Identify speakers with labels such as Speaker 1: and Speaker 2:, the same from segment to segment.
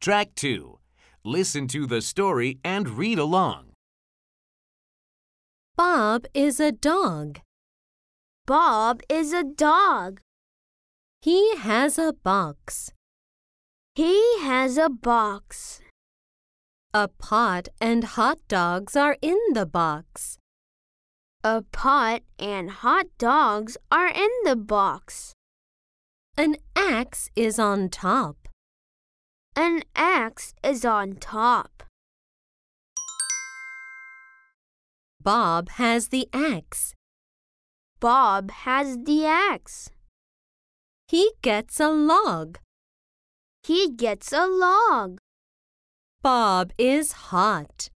Speaker 1: Track 2. Listen to the story and read along.
Speaker 2: Bob is a dog.
Speaker 3: Bob is a dog.
Speaker 2: He has a box,
Speaker 3: He has a box.
Speaker 2: a pot, and hot dogs are in the box.
Speaker 3: A pot and hot dogs are in the box.
Speaker 2: An axe is on top.
Speaker 3: An axe is on top.
Speaker 2: Bob has the axe.
Speaker 3: Bob has the axe.
Speaker 2: He gets a log.
Speaker 3: He gets a log.
Speaker 2: Bob is hot.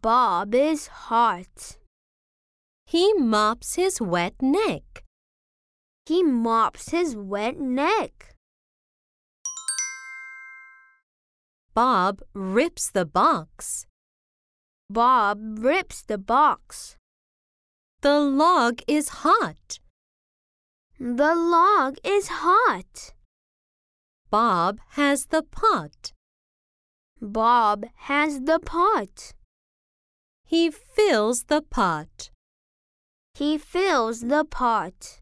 Speaker 3: Bob is hot.
Speaker 2: He mops his wet neck.
Speaker 3: He mops his wet neck.
Speaker 2: Bob rips the box.
Speaker 3: Bob rips the box.
Speaker 2: The log is hot.
Speaker 3: The log is hot.
Speaker 2: Bob has the pot.
Speaker 3: Bob has the pot.
Speaker 2: He fills the pot.
Speaker 3: He fills the pot.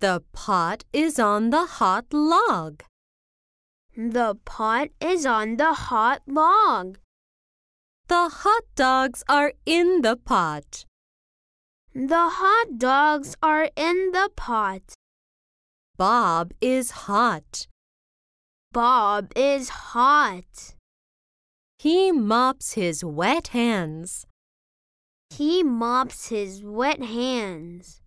Speaker 2: The pot is on the hot log.
Speaker 3: The pot is on the hot log.
Speaker 2: The hot dogs are in the pot.
Speaker 3: The hot dogs are in the pot.
Speaker 2: Bob is hot.
Speaker 3: Bob is hot.
Speaker 2: He mops his wet hands.
Speaker 3: He mops his wet hands.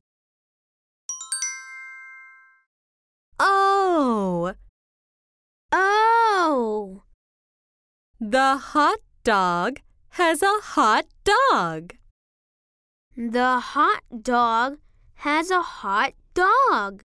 Speaker 2: Oh!
Speaker 3: Oh!
Speaker 2: The hot dog has a hot dog.
Speaker 3: The hot dog has a hot dog.